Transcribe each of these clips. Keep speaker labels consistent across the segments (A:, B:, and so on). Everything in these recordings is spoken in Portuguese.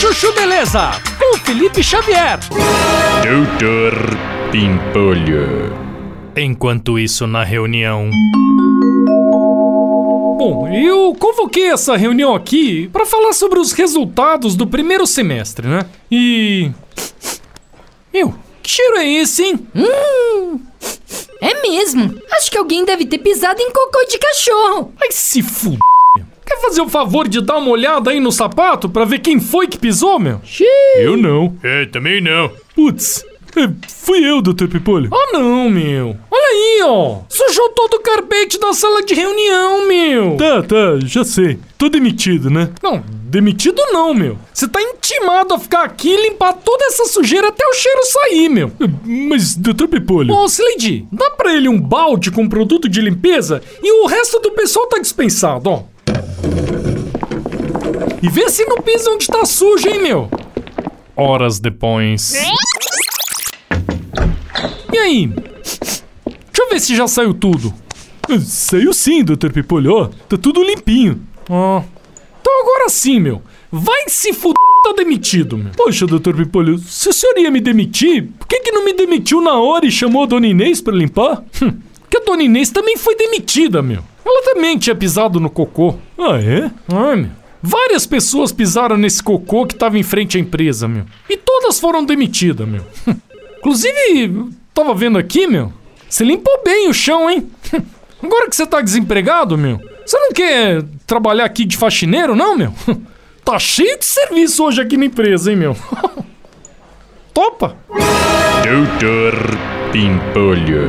A: Chuchu Beleza, com Felipe Xavier.
B: Doutor Pimpolho.
C: Enquanto isso, na reunião.
A: Bom, eu convoquei essa reunião aqui para falar sobre os resultados do primeiro semestre, né? E. Meu, que cheiro é esse, hein?
D: É mesmo. Acho que alguém deve ter pisado em cocô de cachorro.
A: Ai, se f. Quer fazer o favor de dar uma olhada aí no sapato pra ver quem foi que pisou, meu? Eu não.
C: É, também não.
A: Putz, fui eu, doutor Pipolho. Ah, não, meu. Olha aí, ó. Sujou todo o carpete da sala de reunião, meu. Tá, tá, já sei. Tô demitido, né? Não, demitido não, meu. Você tá intimado a ficar aqui e limpar toda essa sujeira até o cheiro sair, meu. Mas, doutor Pipolho... Ô, Slidy, dá pra ele um balde com produto de limpeza e o resto do pessoal tá dispensado, ó. E vê se não pisa onde tá sujo, hein, meu.
C: Horas depois.
A: E aí? Deixa eu ver se já saiu tudo. Saiu sim, Dr. Pipolho. Tá tudo limpinho. Ah. Então agora sim, meu. Vai se fuder, tá demitido, meu. Poxa, Dr. Pipolho, se o senhor ia me demitir, por que, que não me demitiu na hora e chamou a dona Inês pra limpar? Hum, Porque a dona Inês também foi demitida, meu. Ela também tinha pisado no cocô. Ah, é? Ah, meu. Várias pessoas pisaram nesse cocô que tava em frente à empresa, meu. E todas foram demitidas, meu. Hum, Inclusive, tava vendo aqui, meu. Você limpou bem o chão, hein? Hum, Agora que você tá desempregado, meu, você não quer trabalhar aqui de faxineiro, não, meu? Tá cheio de serviço hoje aqui na empresa, hein, meu? Topa!
B: Doutor Pimpolho.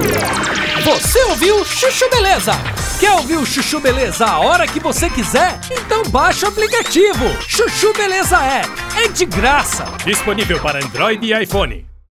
A: Você ouviu Chuchu Beleza? Quer ouvir o Chuchu Beleza a hora que você quiser? Então baixa o aplicativo. Chuchu Beleza é. É de graça.
C: Disponível para Android e iPhone.